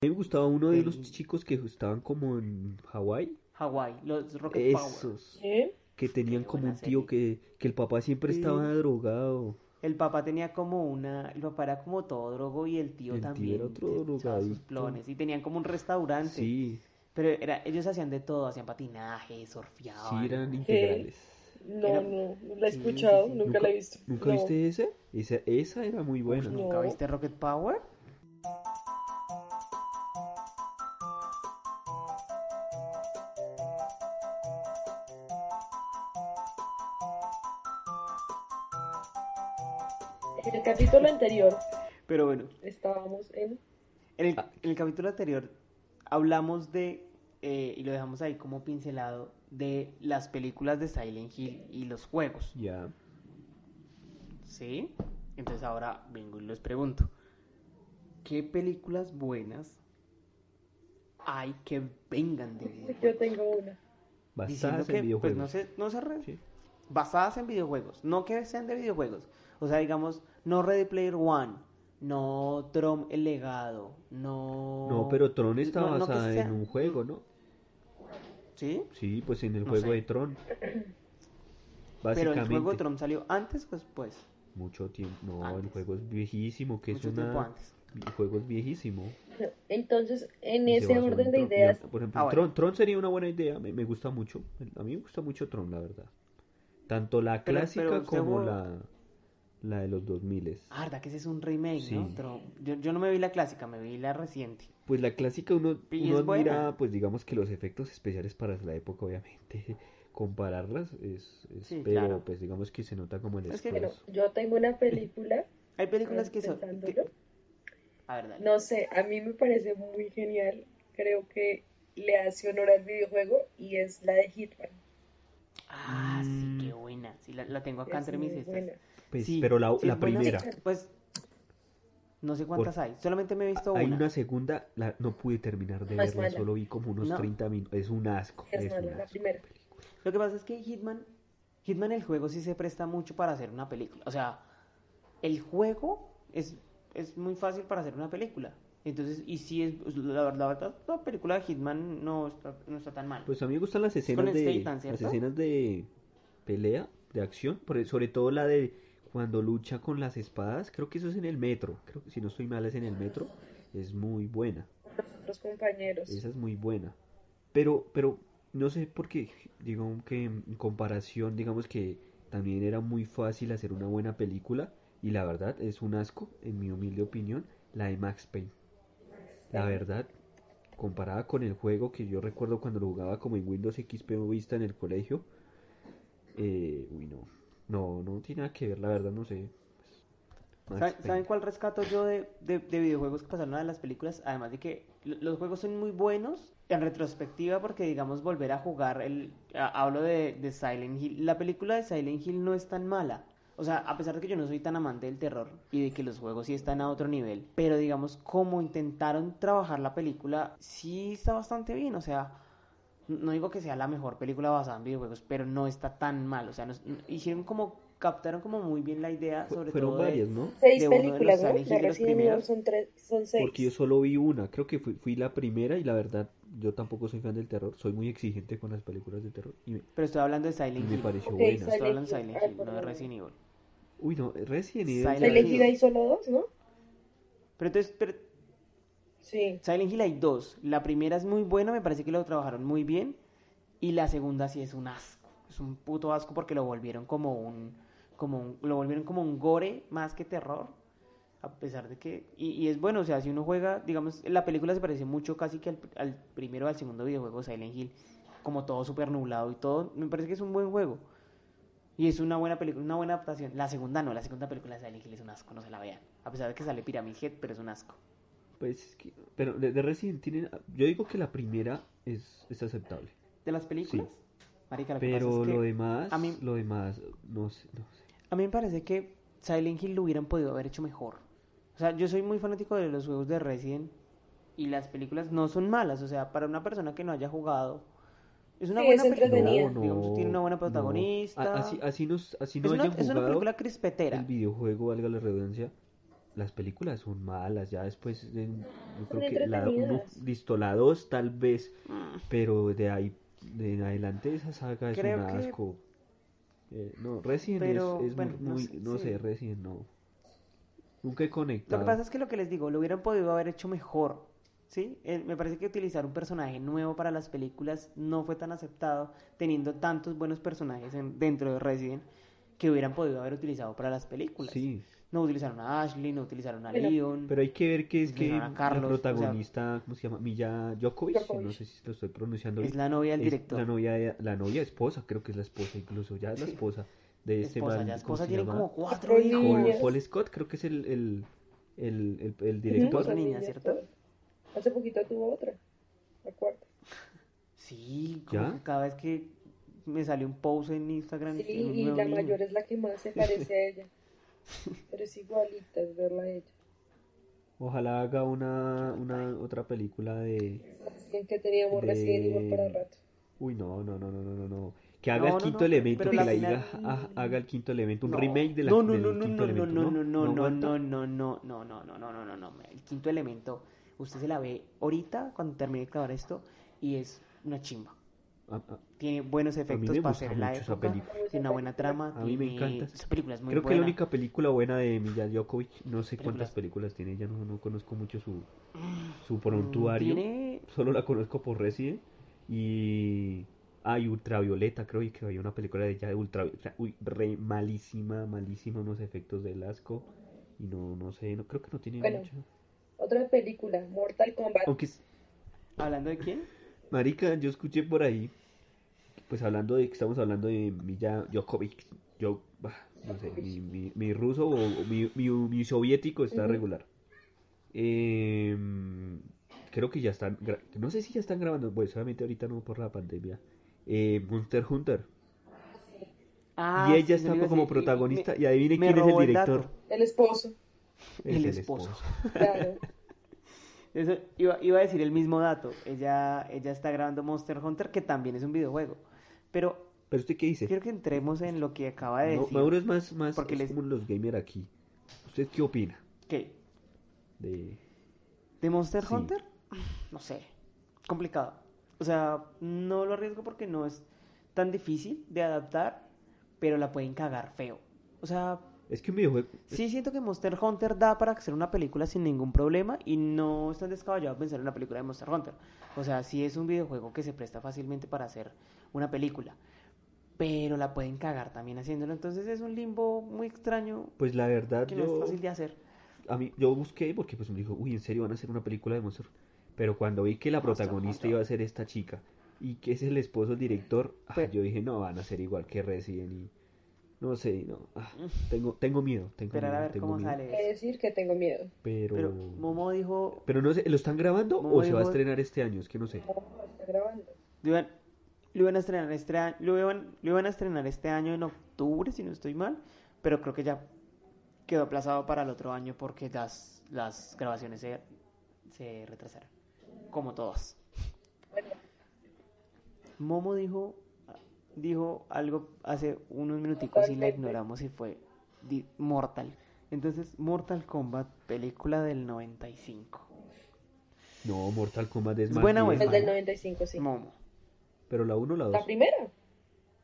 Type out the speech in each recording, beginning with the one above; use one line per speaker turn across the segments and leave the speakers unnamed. Me gustaba uno de los chicos que estaban como en Hawái,
Hawái, los Rocket Power.
esos
¿Eh?
que tenían
Qué
como
buena
un tío que, que el papá siempre
Sí.
estaba drogado.
El papá tenía como una, el papá era como todo drogo y el tío
El tío
también.
era otro
te- echaba
drogadicto.
sus plones y tenían como un restaurante.
Sí,
Pero era, ellos hacían de todo, hacían patinaje, surfeaban.
sí eran integrales.
Era-
No, no, no la he
Sí, sí,
escuchado,
sí.
nunca
¿Nunca-
la he visto.
¿Nunca
No.
viste ese? Esa, esa era muy
Uf,
buena.
¿Nunca
No.
viste Rocket Power?
En el capítulo anterior
Pero bueno,
estábamos en...
en el,
Ah.
en el capítulo anterior hablamos de, eh, y lo dejamos ahí como pincelado, de las películas de Silent Hill y los juegos.
Ya.
¿Sí? Entonces ahora vengo y les pregunto, ¿qué películas buenas hay que vengan de videojuegos?
Yo tengo una.
Diciendo
Basadas
que,
en
pues
videojuegos.
no se, no se re-
Sí.
basadas en videojuegos, no que sean de videojuegos. O sea, digamos, no Ready Player One, no Tron el legado, no...
No, pero Tron está
no- no que
basada
sea-
en un juego, ¿no?
¿Sí?
Sí, pues en el
No
juego
sé.
de Tron.
Pero
Básicamente.
el juego de Tron salió antes pues, o después,
Mucho tiempo. No, el
Antes.
juego es viejísimo, que
mucho
es
tiempo
una...
antes.
El juego es viejísimo.
Entonces, en
y se
ese
basó en
orden de
Tron.
ideas,
Digamos, Por ejemplo,
Ah, bueno.
Tron, Tron sería una buena idea. Me, me gusta mucho. A mí me gusta mucho Tron, la verdad. Tanto la
Pero-
clásica
pero usted
como
jugó-
la, la de los 2000.
Ah, ¿verdad que ese es un remake,
Sí.
no? Tron. Yo, yo no me vi la clásica, me vi la reciente.
Pues la clásica uno,
Y
uno
es buena.
admira, pues digamos que los efectos especiales para la época, obviamente, compararlas es, es-
Sí,
pero
claro.
pues digamos que se nota como el
Es que-
bueno,
esfuerzo.
yo tengo una película,
Hay películas que son...
pensándolo,
que- A ver, dale.
no sé, a mí me parece muy genial, creo que le hace honor al videojuego y es la de Hitman.
Ah, sí, qué
Mm.
buena. Sí, la, la tengo acá
Es
entre
muy
mis listas.
buena.
Pues,
Sí,
pero la,
sí,
la
es buena.
primera,
Pues no sé cuántas hay. Solamente me he visto
hay
una.
una segunda, la, no pude terminar de
No es
verla,
mala.
solo vi como unos
No.
30 minutos, es un asco,
Es
es un
mala, la
asco.
primera.
Lo que pasa es que Hitman, Hitman el juego sí se presta mucho para hacer una película. O sea, el juego es, es muy fácil para hacer una película. Entonces, y sí es, pues, la, verdad- la verdad, la película de Hitman no está, no está tan mal.
Pues a mí me gustan las escenas
el
de
Statham,
las
¿cierto?
escenas de pelea, de acción, por- e, sobre todo la de cuando lucha con las espadas, creo que eso es en el metro, creo que si no estoy mal es en el metro, es muy buena.
Los compañeros.
Pues
Esa es muy buena. Pero, pero no sé por qué, digo que en comparación, digamos que también era muy fácil hacer una buena película y la verdad es un asco, en mi humilde opinión, la de Max Payne. La verdad, comparada con el juego que yo recuerdo cuando lo jugaba como en Windows XP o Vista en el colegio, eh, uy no, no, no tiene nada que ver, la verdad no sé. Pues, Max
¿Saben,
Payne.
saben cuál rescato yo de, de- de videojuegos que pasaron a las películas? Además de que lo- los juegos son muy buenos en retrospectiva porque, digamos, volver a jugar el... a- Hablo de, de Silent Hill. La película de Silent Hill no es tan mala. O sea, a pesar de que yo no soy tan amante del terror y de que los juegos sí están a otro nivel, pero digamos, como intentaron trabajar la película, sí está bastante bien. O sea, no digo que sea la mejor película basada en videojuegos, pero no está tan mal. O sea, no es- hicieron como, captaron como muy bien la idea,
Fue-
sobre
Fueron
todo de-
varias, ¿no?
Seis
de uno de los
películas, ¿no?
Silent Hill
La
de los
Resident Evil
primeros.
son tres, son seis.
Porque yo solo vi una, creo que fui, fui la primera y la verdad yo tampoco soy fan del terror, soy muy exigente con las películas de terror y me,
Pero estoy hablando de
y
Silent
me
Hill.
pareció
Ok,
buena.
Estoy hablando de
Silent
Silent
Hill.
Hill, no de Resident Evil.
Uy no, Resident Evil,
Silent
¿La
Hill.
elegida hizo solo dos, no?
Pero entonces, pero
Sí.
Silent Hill hay dos. La primera es muy buena, me parece que lo trabajaron muy bien. Y la segunda sí es un asco. Es un puto asco porque lo volvieron como un. como un- lo volvieron como un gore más que terror. A pesar de que. Y, y es bueno, o sea, si uno juega, digamos, la película se parece mucho casi que al, al primero o al segundo videojuego Silent Hill. Como todo súper nublado y todo. Me parece que es un buen juego. Y es una buena película, una buena adaptación. La segunda no, la segunda película de Silent Hill es un asco, no se la vean. A pesar de que sale Pyramid Head, pero es un asco.
Pues es que, pero de, de Resident tienen, yo digo que la primera es, es aceptable,
¿De las películas? Marica, lo que pasa
pero
es que
lo demás,
a mí-
lo demás, no sé, no sé.
a mí me parece que Silent Hill lo hubieran podido haber hecho mejor. O sea, yo soy muy fanático de los juegos de Resident y las películas no son malas. O sea, para una persona que no haya jugado, es una
Sí,
buena
es
película.
entretenida.
No,
digamos,
no,
tiene una buena
no.
protagonista.
A- Así, así nos, así no
es, una,
hayan
es una
jugado
película crispetera.
el videojuego, valga la redundancia, las películas son malas, ya después, en- yo creo que la uno,
entretenidas.
listo, la dos tal vez,
Mm.
pero de ahí, de en adelante esa saga es
Creo
un
que-
asco. Eh, no, Resident
Pero,
es, es
bueno, no
muy,
sé,
no
sí.
sé, Resident no. Nunca he
Lo
conectado.
que pasa es que lo que les digo, lo hubieran podido haber hecho mejor. ¿sí? Eh, me parece que utilizar un personaje nuevo para las películas no fue tan aceptado, teniendo tantos buenos personajes en- dentro de Resident que hubieran podido haber utilizado para las películas.
Sí,
No utilizaron a Ashley, no utilizaron a
Pero-
Leon.
pero hay que ver que es
Le
que
gana a Carlos,
la
o sea-
protagonista, ¿cómo se llama? Milla Djokovic, no
Djokovic.
sé si lo estoy pronunciando
es
bien.
la novia del
Es
director.
La novia, de- la novia esposa, creo que es la esposa, incluso ya es la
Sí.
esposa de este
esposa,
man,
ya
¿cómo
esposa
se
tiene
llama?
como cuatro hijos.
Paul,
niñas.
Paul Scott, creo que es el, el, el, el- el
Ujú,
director.
otra
Niña,
niña,
¿cierto?
todo. Hace poquito tuvo otra, la cuarta.
Sí, como
¿Ya?
que cada vez que me salió un post en Instagram.
Sí,
tiene un
y
nuevo
la
niño.
mayor es la que más se parece a ella. Pero es igualita, es verla a ella.
Ojalá haga una, una otra película de...
En que teníamos
De-
recién igual para rato.
Uy, no, no, no, no, no, no, no. Que haga
No,
el
no,
quinto
no,
elemento,
pero
que
la
la
final-
hija ha- haga el quinto elemento, un
No.
remake de la,
no, no,
del
no, no,
quinto
no, no,
elemento,
no, no, no, no,
aguanta?
no, no, no, no, no, no, no, no, no, no, El quinto elemento, usted se la ve ahorita cuando termine de grabar esto y es una chimba.
A- a-
Tiene buenos
me
efectos para
gusta
hacer la
mucho esa
época,
película.
tiene una buena trama,
A mí me
tiene-
encanta.
Esa película es muy
Creo que la
buena.
única película buena de Milla Djokovic, no sé cuántas películas
Películas.
tiene, ya no, no conozco mucho su, su
Mm,
prontuario.
Tiene
Solo la conozco por Resident y hay Ultravioleta, creo y que había una película de ella de Ultravioleta, uy, re malísima, malísima unos efectos del asco y no no sé, no creo que no tiene
Bueno.
mucho.
Otra película, Mortal Kombat.
Aunque es-
hablando de quién?
marica, yo escuché por ahí pues hablando de que estamos hablando de Milla Djokovic, yo bah, no sé, mi, mi- mi ruso o, o mi, mi- mi soviético está
Ujú.
regular. Em, creo que ya están, gra- no sé si ya están grabando, bueno, solamente ahorita no por la pandemia. Eh, Monster Hunter.
Ah,
y
sí,
ella
yo le
está
iba a
como
decir, y- y
protagonista.
me-
Y, adivine
me
quién es el
robó el
director.
dato.
El esposo,
Es
El esposo.
claro.
Eso, iba, iba a decir el mismo dato. Ella, ella está grabando Monster Hunter, que también es un videojuego. Pero
Pero usted qué dice?
quiero que entremos en lo que acaba de
No,
decir.
Mauro es más, más
Porque
es
les-
como los gamer aquí. ¿Usted qué opina
¿Qué?
de
¿De Monster
Sí.
Hunter? No sé. Complicado. O sea, no lo arriesgo porque no es tan difícil de adaptar, pero la pueden cagar feo. O sea,
es que un videojuego
sí siento que Monster Hunter da para hacer una película sin ningún problema y no es tan descabellado pensar en una película de Monster Hunter. O sea, sí es un videojuego que se presta fácilmente para hacer una película, pero la pueden cagar también haciéndolo. Entonces es un limbo muy extraño
Pues la verdad
que no es
yo
fácil de hacer.
a mí yo busqué porque pues me dijo, "Uy, en serio van a hacer una película de Monster." Hunter?". Pero cuando vi que la
Monster
protagonista
Hunter.
iba a ser esta chica y que es el esposo del director, ah,
Pero-
yo dije, "No, van a ser igual que Resident y no sé, no. ah, tengo tengo miedo, tengo
Esperar a
miedo,
ver
tengo
cómo
miedo.
sale
Quiero
eso.
decir que tengo miedo.
Pero
Pero Momo dijo,
Pero no sé, ¿lo están grabando
Momo
o se va a
dijo-
estrenar este año? Es que no sé.
No, está grabando.
lo iban, lo iban a estrenar este año, lo iban, lo iban a estrenar este año en octubre, si no estoy mal, pero creo que ya quedó aplazado para el otro año porque las, las grabaciones se, se retrasaron, como todas.
Bueno,
Momo dijo, dijo algo hace unos minuticos y la
Totalmente.
ignoramos y fue di- Mortal. Entonces, Mortal Kombat, película del 95.
No, Mortal Kombat es
¿Es
más
buena o es
vieja,
es del
mala?
95, sí.
Momo,
Pero la 1 o la 2.
¿La primera?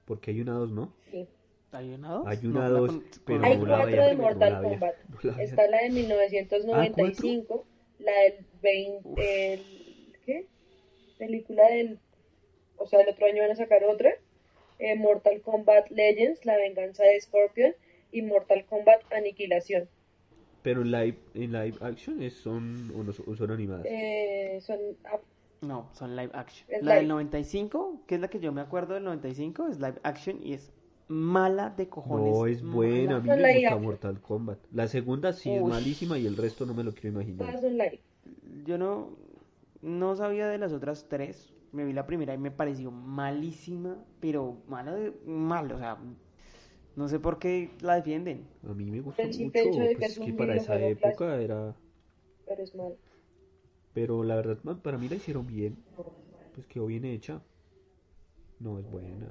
Porque hay una 2, ¿no?
Sí.
¿hay una dos?
Hay una
la
dos,
con-
pero
con-
Hay
no la
cuatro
vea,
de Mortal
no la vea,
Kombat.
no la Ah, vea.
Está la de 1995, la del 20,
Uf.
el- ¿qué? Película del, o sea, el otro año van a sacar otra, eh, Mortal Kombat Legends, La Venganza de Scorpion y Mortal Kombat Aniquilación.
Pero en live, en live action es, son, o no son o son animadas.
Eh, son, ah,
No, son live action.
Es
la del
live.
95, que es la que yo me acuerdo del 95, es live action y es mala de cojones.
no es buena, a mí
No la
me gusta
diga.
Mortal Kombat. La segunda sí es
Uy.
malísima y el resto no me lo quiero imaginar.
todas son live.
mala. yo no, no sabía de las otras tres. Me vi la primera y me pareció malísima, pero malo, de, malo, o sea, no sé por qué la defienden.
A mí me gustó
Pero Pues, sí,
mucho,
el hecho de que
pues
es
que,
un
para esa
videojuego
época
clásico.
era...
pero es mal.
Pero la verdad, man, para mí la hicieron bien. Pues quedó bien hecha. No, es buena.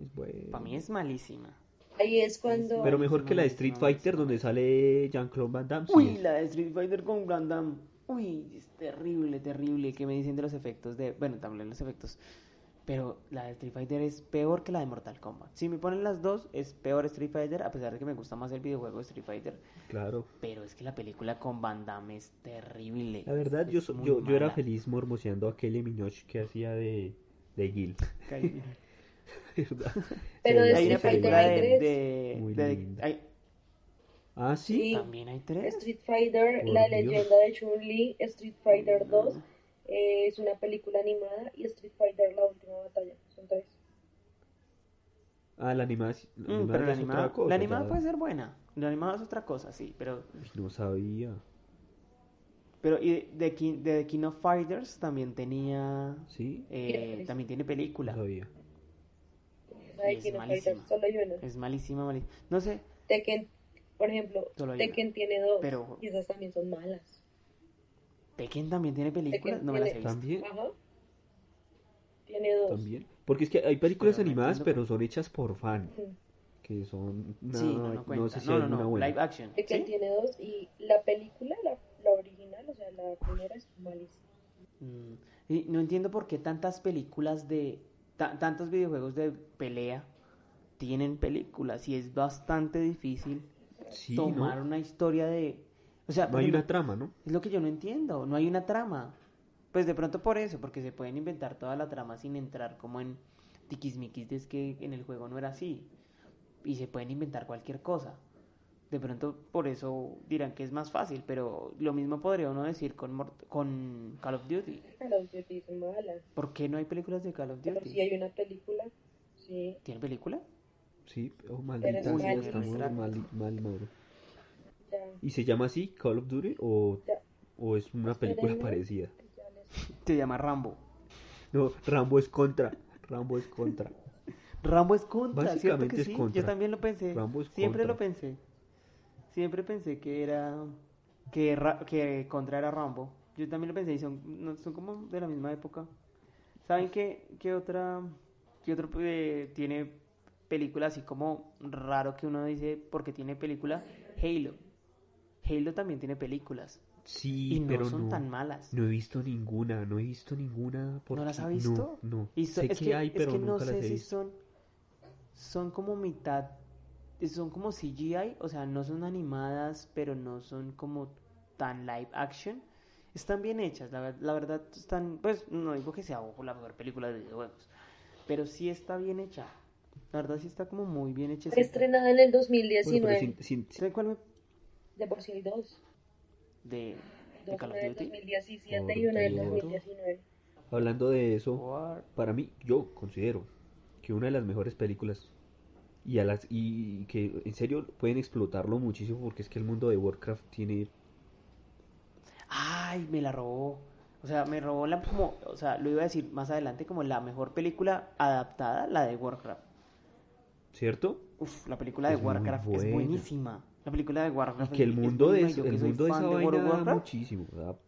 Es buena.
Para mí es malísima.
Ahí es cuando.
Pero mejor que la de Street Fighter donde sale Jean-Claude Van Damme. sí
Uy,
es.
la de Street Fighter con Van Damme. Uy, es terrible, terrible. ¿Qué me dicen de los efectos de...? Bueno, también los efectos. Pero la de Street Fighter es peor que la de Mortal Kombat. Si me ponen las dos, es peor Street Fighter, a pesar de que me gusta más el videojuego de Street Fighter.
Claro.
Pero es que la película con Van Damme es terrible.
La verdad, yo,
Es
so-
muy
yo, yo era
mala.
feliz mormoseando a Kelly Minoche que hacía de, de Gil.
Caí-
¿Verdad?
Pero
Sí,
de
la
Hay una
preferí.
Street Fighter
película
hay
de...
tres.
de-
Muy
de-
linda.
hay-
Ah, sí.
Sí.
¿También hay tres?
Street Fighter,
¿eh? Por
La
Dios.
leyenda de Chun-Li, Street Fighter 2, eh, es una película animada, y Street Fighter, La última batalla. Son tres.
Ah, la animada. sí-
Mm,
La animada
pero la
es otra
animada,
cosa,
la animada
ya.
puede ser buena. La animada es otra cosa, sí, pero...
Uy, No sabía.
Pero y de, de, King, de The King of Fighters también tenía.
¿Sí?
eh, también tiene
No
película.
sabía.
La de
Es Eh.
King of
malísima.
Fighters, solo hay una.
Es malísima, malísima. No sé,
Tekken, por ejemplo,
Solo hay una.
Tekken tiene dos,
Pero-
y esas también son malas.
Tekken también tiene películas. No me las he visto.
También.
Ajá. Tiene dos.
También. Porque es que hay películas
Pero no
animadas,
entiendo
pero son hechas por fan.
Mm.
Que son. No,
sí, no, no
no
cuenta.
sé si
no,
hay
no, no,
alguna buena.
Live action.
Tekken
¿Sí?
tiene dos y la película, la, la original, o sea, la primera es malísima.
Mm, y no entiendo por qué tantas películas de. ta- tantos videojuegos de pelea tienen películas. Y es bastante difícil
Sí, ¿no?
tomar una historia de. O sea,
No
por
hay
ejemplo,
una trama, ¿no?
Es lo que yo no entiendo, no hay una trama. Pues de pronto por eso, porque se pueden inventar toda la trama sin entrar como en tiquismiquis, de es que en el juego no era así. Y se pueden inventar cualquier cosa. De pronto por eso dirán que es más fácil, pero lo mismo podría uno decir con, Mort- con Call of Duty.
Call of Duty es mala.
¿Por qué no hay películas de Call of
Pero
Duty?
si hay una película, sí.
¿Tiene película?
Sí, oh, maldita
Pero es
sea,
una
estamos
animada.
mal, mal, Mauro.
Ya,
¿Y se llama así Call of Duty o,
ya,
o es una película
Espérenme.
parecida?
ya les...
Se llama Rambo.
No, Rambo es contra. Rambo es contra.
Rambo es contra, ¿cierto
Básicamente
que
es
sí?
contra.
Yo también lo pensé.
Rambo es
Siempre
contra.
lo pensé. Siempre pensé que era que, Ra- que contra era Rambo. Yo también lo pensé y son, no- son como de la misma época. ¿Saben qué, qué otra qué otro eh, tiene película así como raro que uno dice porque tiene película? Halo. Halo también tiene películas
Sí,
y no
pero
son
no.
tan malas.
No he visto ninguna, no he visto ninguna. Porque...
¿No las ha visto?
No, no.
Y so-
sé
es
que,
que,
hay,
es
pero
que
nunca
no
las
sé
he
si
visto.
son. Son como mitad. Son como CGI, o sea, no son animadas, pero no son como tan live action. Están bien hechas, la, ver- la verdad están. Pues no digo que sea ojo, la mejor película de videojuegos, pero sí está bien hecha. La verdad sí está como muy bien hecha.
Fue estrenada en el
Bueno,
2019,
pero sin- sin- sin-
¿Saben cuál me-
de por sí dos.
De, de
Dos
Call of
una del
Duty.
2017
Por
y una del
Dios.
2019.
hablando de eso,
War.
para mí, yo considero que una de las mejores películas y a las y que en serio pueden explotarlo muchísimo porque es que el mundo de Warcraft tiene
Ay, me la robó. O sea, me robó la como, o sea, lo iba a decir más adelante como la mejor película adaptada, la de Warcraft.
cierto
Uf, la película de
Es muy
Warcraft es
buena.
buenísima. La película de
y
Warcraft
que el
es- es
mundo de
buenísima.
eso-
Yo que
el
soy
mundo de
fan
esa
de World
vaina
of
da
Warcraft,
muchísimo da-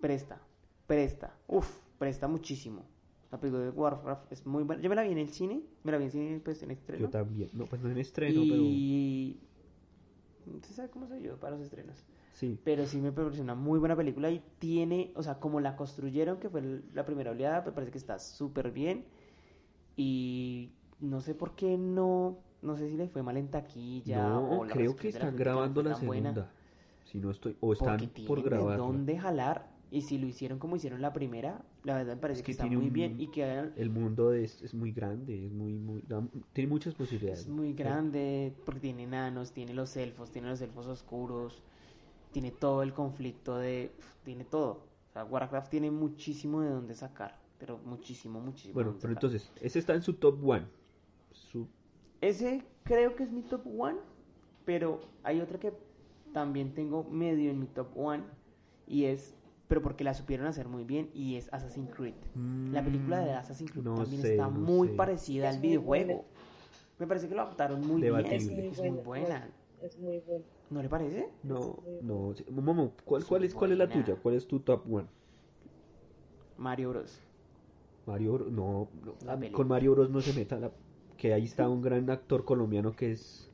presta, presta. Uf, presta muchísimo. La película de Warcraft es muy buena. Yo me la vi en el cine, me la vi en cine pues en estreno.
yo también no pues no en estreno
y usted sabe cómo soy yo para los estrenos.
pero sí
Pero sí me parece una muy buena película y tiene, o sea, como la construyeron, que fue el- la primera oleada, me parece que está súper bien. Y no sé por qué no, no sé si le fue mal en taquilla
no
o la
creo
recepción
que
de la
están
crítica no fue
grabando la
tan buena,
segunda si no estoy o
porque
están por
tienen de
grabar
dónde jalar y si lo hicieron como hicieron la primera, la verdad me parece
Es
que,
que
está
tiene
muy
un-
bien y que hagan-
el mundo es, es muy grande es muy muy da- tiene muchas posibilidades
Es muy grande porque tiene enanos, tiene los elfos, tiene los elfos oscuros, tiene todo el conflicto de... uf, tiene todo. O sea, Warcraft tiene muchísimo de dónde sacar, pero muchísimo, muchísimo. de
bueno
dónde
pero
sacar.
entonces ese está en su top one su
Ese creo que es mi top one, pero hay otra que también tengo medio en mi top one y es, pero porque la supieron hacer muy bien, y es Assassin's Creed. La película
mm,
de Assassin's Creed
no
también
sé,
está
no
muy
sé.
parecida
Es
al
muy
videojuego.
buena.
Me parece que lo adaptaron muy
Debatible.
bien. Es muy buena.
Es muy buena.
¿No le parece?
No, no. sí. Momo, ¿cuál, cuál, es, ¿cuál es la
Buena.
tuya? ¿Cuál es tu top one?
Mario Bros.
Mario Bros. No, no,
La
a-
peli.
con Mario Bros. no se meta. la- que ahí está un gran actor colombiano que es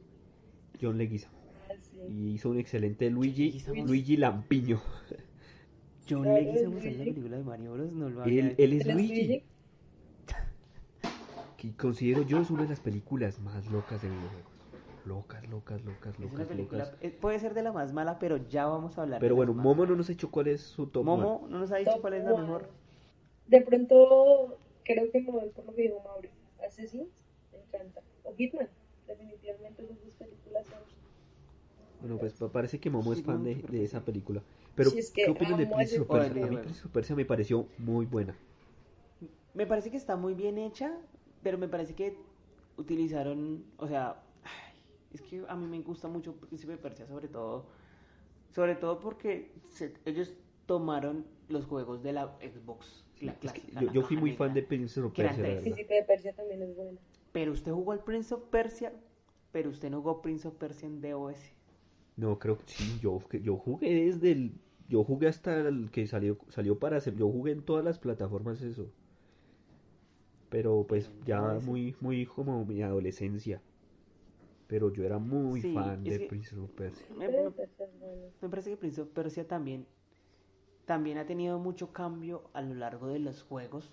John Leguizamo.
Ah, sí.
Y hizo un excelente Luigi,
Leguizamo.
Luigi Lampiño.
John
Claro,
Leguizamo está en la
Luigi.
película de Mario Bros. No lo había
Él,
hecho.
él es
¿Eres
Luigi.
Luigi?
Que considero yo es una de las películas más locas de videojuegos. Locas, locas, locas,
Es una
locas,
película-
locas.
eh, puede ser de la más mala, pero ya vamos a hablar.
Pero
de
bueno,
las malas.
Momo no nos ha dicho cuál es su top one.
Momo no nos ha dicho
Top
cuál es la
one.
mejor.
De pronto, creo que me voy por lo que dijo Mauro. Assassins, me encanta. O Hitman, definitivamente esas dos películas son.
Bueno, pues pa- parece que Momo es
Sí,
fan
no,
de,
pero-
de esa película. Pero,
Si es que
¿qué opinan de
amo
Prince
ese
of Persia?
juego.
A mí Prince of Persia me pareció muy buena.
Me parece que está muy bien hecha, pero me parece que utilizaron, o sea, ay, es que a mí me gusta mucho Príncipe de Persia, sobre todo, sobre todo porque se- ellos tomaron los juegos de la Xbox, la
Es que
clásica,
yo,
la
yo fui
caja
muy fan de
negra.
Prince of
Que eran
Persia, la
tres.
verdad.
Príncipe de Persia también es buena.
Pero usted jugó al Prince of Persia, pero usted no jugó Prince of Persia en DOS.
No, creo que sí, yo, yo jugué desde el... Yo jugué hasta el que salió, salió para hacer... Yo jugué en todas las plataformas eso. Pero pues ya
No, ese-
muy, muy como mi adolescencia. Pero yo era muy
Sí,
fan
es
de
que-
Prince of Persia.
Me-
Príncipe
me-
de Persia es buena.
Me parece que Prince of Persia también, también ha tenido mucho cambio a lo largo de los juegos.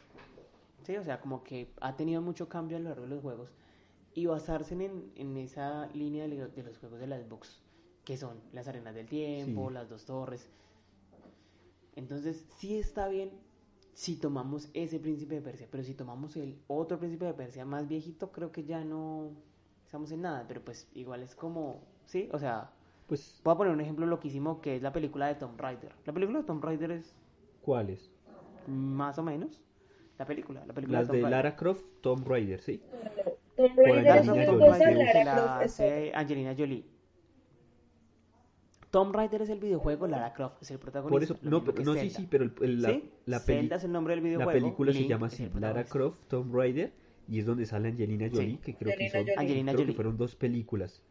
Sí, o sea, como que ha tenido mucho cambio a lo largo de los juegos. Y basarse en, en esa línea de, lo- de los juegos de la Xbox, que son las arenas del tiempo,
Sí.
las dos torres. Entonces, sí está bien si tomamos ese príncipe de Persia, pero si tomamos el otro príncipe de Persia más viejito, creo que ya no estamos en nada. Pero pues igual es como, sí, o sea,
Pues,
Voy a poner un ejemplo loquísimo que es la película de Tomb Raider. La película de Tomb Raider es
¿cuáles?
más o menos la película. La película
Las
de
de
Tomb Raider.
Lara Croft, Tomb Raider, ¿sí?
No, Tomb
Por
Raider es
Angelina
una
Jolie.
cosa,
Jolie.
que
Lara
la
Croft este, es otra.
hace Angelina Jolie. Tomb Raider es el videojuego, Lara Croft es el protagonista.
Por eso,
lo
no,
mismo
pero-
que
no, sí,
Zelda.
sí, pero el- el- la,
¿Sí?
la peli-
Zelda es el nombre del
la
videojuego.
película se
Link
llama
es el
así, Lara
protagonista.
Croft, Tomb Raider, y es donde sale Angelina Jolie, que creo que
Angelina
son,
Jolie.
Angelina
creo que
Jolie.
fueron dos películas.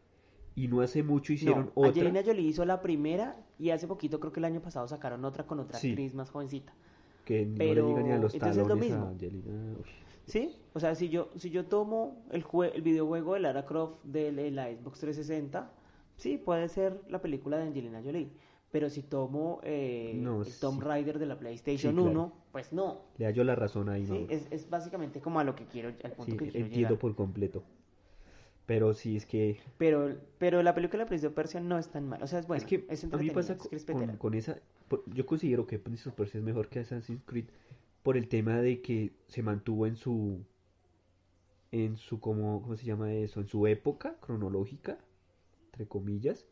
Y no hace mucho hicieron
No,
otra.
Angelina Jolie hizo la primera y hace poquito, creo que el año pasado, sacaron otra con otra
Sí.
actriz más jovencita.
que no
Pero,
le llega ni a los
entonces es lo
talones
mismo.
a Angelina. Uy.
¿Sí? O sea, si yo, si yo tomo el, jue- el videojuego de Lara Croft de la- la Xbox 360, sí, puede ser la película de Angelina Jolie. Pero si tomo eh,
No,
el
sí.
Tomb Raider de la PlayStation
Sí, claro.
1, pues no.
Le hallo la razón ahí,
Sí,
Mauro.
es, es básicamente como a lo que quiero, al punto
Sí, eh,
que quiero
entiendo
llegar.
por completo. Pero sí, es que,
Pero, pero la película de Prince of Persia no es tan mal. O sea, es bueno,
es que
es
a mí
entretenida,
pasa
es
co-
crispetera.
con, con esa... por- yo considero que Prince of Persia es mejor que Assassin's Creed por el tema de que se mantuvo en su... En su, como, ¿cómo se llama eso? En su época cronológica, entre comillas.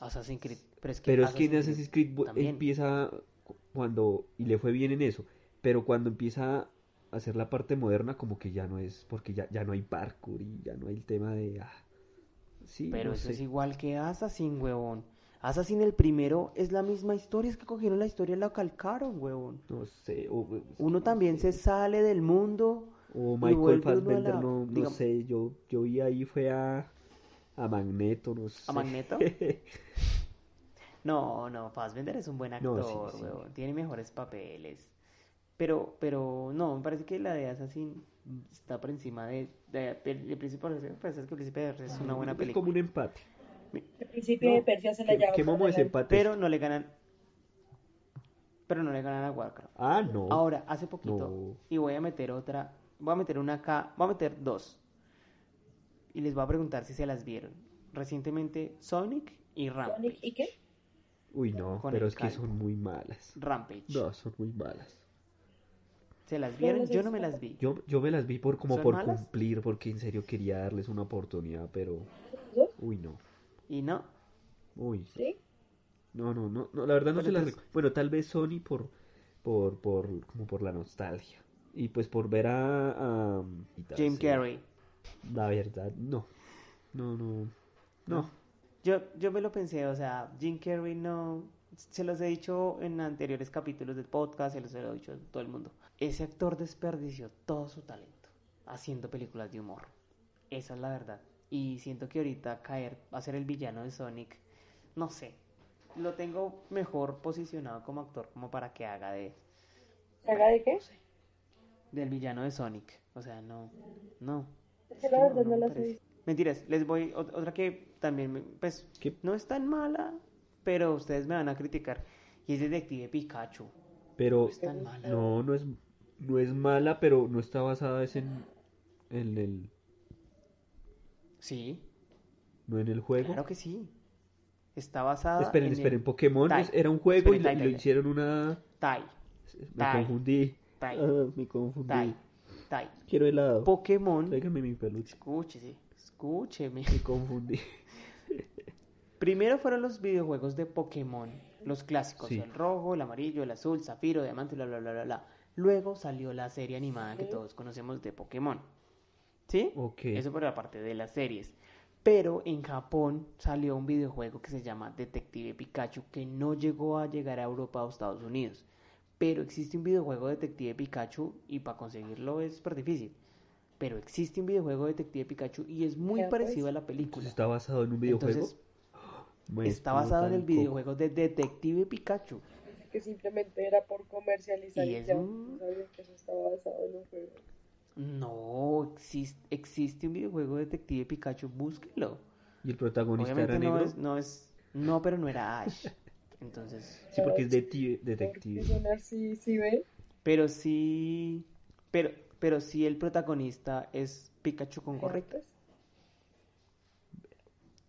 Assassin's Creed. Pero es que,
Pero es que en
Assassin's
Assassin's Creed bu-
también.
empieza cu- cuando, y le fue bien en eso, pero cuando empieza a hacer la parte moderna, como que ya no es, porque ya, ya no hay parkour y ya no hay el tema de, ah, sí,
Pero
no
eso
sé.
es igual que Assassin, huevón. Assassin el primero es la misma historia, es que cogieron la historia y la calcaron, huevón.
No sé, o,
Uno también se sale del mundo.
o
y
Michael
vuelve uno a
Fassbender,
la-
no, no
digamos-
sé, yo, yo vi ahí fue a, a Magneto, no sé.
Magneto? No, no, Fassbender es un buen
No,
actor,
sí, sí.
huevón. Tiene mejores papeles. Pero, pero, no, me parece que la de Assassin está por encima de, de, de, de Príncipe de Persia. Pues es que Príncipe de Persia es una buena
es como
película.
un empate.
El príncipe de
No,
Persia se la
¿Qué,
lleva.
qué
por
momo
delante.
desempate?
Pero no le ganan. Pero no le ganan a Warcraft.
Ah, no.
Ahora, hace poquito,
No.
y voy a meter otra, voy a meter una acá, voy a meter dos. Y les voy a preguntar si se las vieron. Recientemente, Sonic y
Sonic,
Rampage.
¿Y qué?
Uy, no,
con
pero
el
es que
calvo.
son muy malas.
Rampage.
No, son muy malas.
¿Se las
No
vieron?
las he
Yo no me
visto.
las vi.
Yo, yo me las vi por como
¿Son
por
malas?
cumplir, porque en serio quería darles una oportunidad, pero
¿Dos?
uy no.
Y no.
Uy.
¿Sí?
No, no, no, no, la verdad no
Pero
se las
entonces-
recu- Bueno, tal vez Sony por por por como por la nostalgia y pues por ver a, a-
Jim
sí,
Carrey.
La verdad, no. No, no. No.
Yo, yo me lo pensé, o sea, Jim Carrey no. se los he dicho en anteriores capítulos del podcast, se los he dicho a todo el mundo. Ese actor desperdició todo su talento haciendo películas de humor. Esa es la verdad. Y siento que ahorita caer, a ser el villano de Sonic, no sé. Lo tengo mejor posicionado como actor, como para que haga de.
¿Se haga de qué?
Del villano de Sonic. O sea, no. No.
Es que la verdad no
me
las he
parece.
visto.
Mentiras, les voy. ot- Otra que también, me- pues,
¿Qué?
no es tan mala, pero ustedes me van a criticar. Y es Detective Pikachu.
Pero
Es tan mala.
no, no es, no es mala, pero no está basada es en, en el,
Sí,
no en el juego.
claro que sí. Está basada
Esperen,
en
esperen,
el
Pokémon
Tai.
es- era un juego y
Esperen, Tai,
le-
Tai,
lo
Tai.
hicieron una...
Tai,
Me
Tai.
confundí.
Tai.
Ah, me confundí.
Tai, Tai.
Quiero helado.
Pokémon.
Tráigame mi peluche.
Escúchese, escúcheme.
Me confundí.
Primero fueron los videojuegos de Pokémon, los clásicos,
Sí.
el rojo, el amarillo, el azul, zafiro, diamante, bla, bla, bla, bla, bla. Luego salió la serie animada que
Ok.
todos conocemos de Pokémon. ¿Sí?
Ok.
Eso por la parte de las series. Pero en Japón salió un videojuego que se llama Detective Pikachu que no llegó a llegar a Europa o Estados Unidos. Pero existe un videojuego de Detective Pikachu y para conseguirlo es súper difícil. Pero existe un videojuego de Detective Pikachu y es muy
Ya, pues.
parecido a la película.
Entonces, ¿Está basado en un videojuego? Pues,
Entonces,
Me
Está basado en el
explota coco.
videojuego de Detective Pikachu.
Que simplemente era por comercializar
Y
y,
es
ya.
un-
No sabía que eso estaba basado en un juego.
No, exis- existe un videojuego de Detective Pikachu, búsquelo.
¿Y el protagonista
Obviamente
era
no
negro?
es, no es, no, pero no era Ash. Entonces,
Sí, porque es deti-
Porque
detective.
son así, ¿sí ve?
pero sí, pero, pero sí el protagonista es Pikachu con gorrita.
Correctas.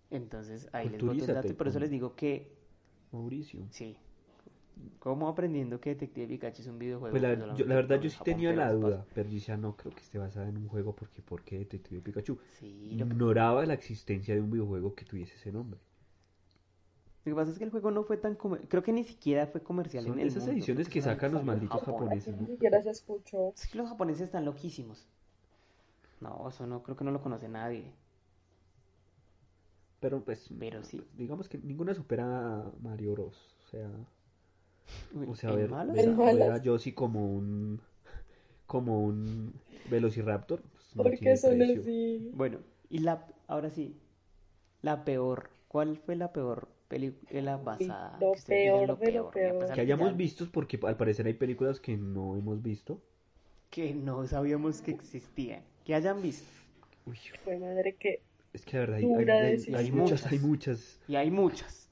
Entonces ahí les boto el dato y
Culturízate,
por eso
Pum.
les digo que
Mauricio.
sí. ¿Cómo aprendiendo que Detective Pikachu es un videojuego?
Pues la,
que
yo- la
solamente
verdad
en
yo sí
Japón,
tenía
pero pues
la
se pasa?
duda, pero yo decía, no creo que esté basada en un juego porque ¿por qué Detective Pikachu?
Sí, lo que
Ignoraba la existencia de un videojuego que tuviese ese nombre.
Lo que pasa es que el juego no fue tan comer- creo que ni siquiera fue comercial
Son
en el
esas
mundo,
ediciones
creo
que
solamente
sacan los
salió en
malditos
Japón.
japoneses,
Ni
¿no?
siquiera se escuchó.
Es que los japoneses están loquísimos. No, eso no creo que no lo conoce nadie.
Pero pues,
Pero sí.
digamos que ninguna supera a Mario Bros. O sea,
Uy,
o sea
¿el
ver,
malo?
ver a-
¿En malas?
ver a Yoshi como un como un Velociraptor. pues, no
Porque
tiene
son
precio.
así.
Bueno, y la ahora sí. La peor. ¿Cuál fue la peor película basada?
lo
que ustedes digan
peor de lo
peor, a
peor.
pesar
Que
de
hayamos
ya-
visto, porque al parecer hay películas que no hemos visto.
Que no sabíamos que existían. Que hayan visto.
Uy,
Fue madre que.
es que la verdad hay, hay-
Dura
hay-
decisión.
hay muchas, hay muchas.
Y hay muchas.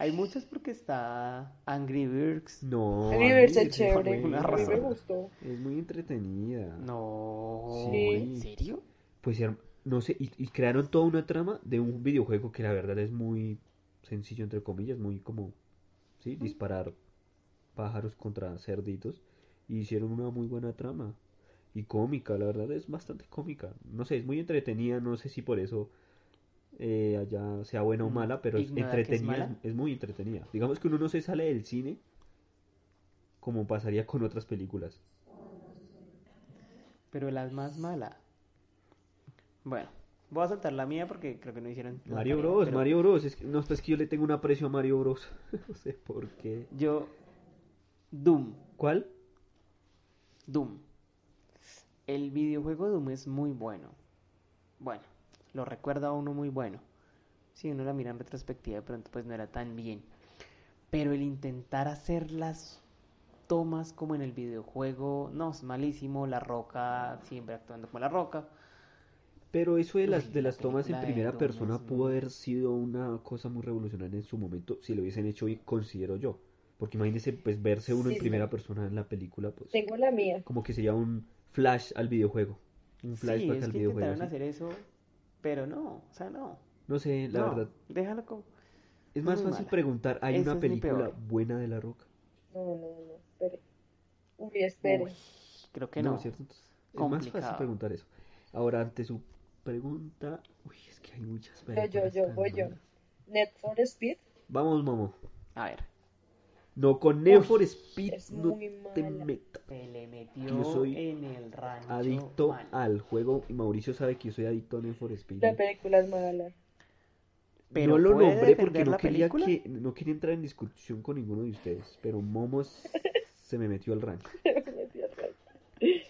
Hay muchas porque está Angry Birds.
No,
A mí me parece
Angry Birds es
chévere.
buena.
A mí me gustó.
Es muy entretenida.
No.
Sí.
¿En serio?
Pues her- no sé, y, y crearon toda una trama de un videojuego que la verdad es muy sencillo, entre comillas, muy como, ¿sí? Disparar pájaros contra cerditos. Y hicieron una muy buena trama. Y cómica, la verdad es bastante cómica. No sé, es muy entretenida, no sé si por eso eh, allá sea buena o
Mm,
mala, pero es
ignorar que es
entretenida, es-
mala.
es muy entretenida. Digamos que uno no se sale del cine como pasaría con otras películas.
Pero la más mala. Bueno, voy a soltar la mía porque creo que no hicieron. la
Mario
tarea,
Bros,
pero
Mario Bros. Es que, no, es que yo le tengo un aprecio a Mario Bros. no sé por qué.
Yo. Doom.
¿Cuál?
Doom. El videojuego Doom es muy bueno. Bueno, lo recuerda a uno muy bueno. Si uno la mira en retrospectiva, de pronto pues no era tan bien. Pero el intentar hacer las tomas como en el videojuego, no, es malísimo. La Roca, siempre actuando como La Roca.
Pero eso de las,
Uy,
de
la
las tomas en
película de
primera
Doom
persona
es
pudo
muy-
haber sido una cosa muy revolucionaria en su momento, si lo hubiesen hecho hoy, considero yo. Porque imagínese, pues, verse uno en
Sí, sí.
primera persona en la película, pues,
Tengo la mía.
como que sería un flash al videojuego. Un
Sí,
flashback
es
al
que
videojuego.
intentaron
¿sí?
hacer eso, pero no, o sea, no.
No sé, la
no,
verdad.
Déjalo como.
Es más
muy
fácil
mala.
preguntar, ¿hay
Esa
una
es mi
película
peor.
buena de La Roca?
No, no, no. Espere. Uy, espere.
Uy, creo que no.
¿cierto? Entonces, es más fácil
Complicado.
preguntar eso. Ahora, ante su pregunta, uy, es que hay muchas
yo, yo,
preguntas
yo,
tan
voy yo.
malas.
Net for Speed
Vamos, Momo.
A ver,
No, con Need
Uy,
for Speed
es
no
muy
te
mala.
metas.
se le
Yo
metió
soy
en el rancho.
Adicto
mal.
al juego y Mauricio sabe que yo soy adicto a Need for Speed.
La película es mala.
no
Pero
lo
¿puede
nombré porque
defender
no
la
quería,
película?
que, no quería entrar en discusión con ninguno de ustedes, pero Momos se me metió al rancho.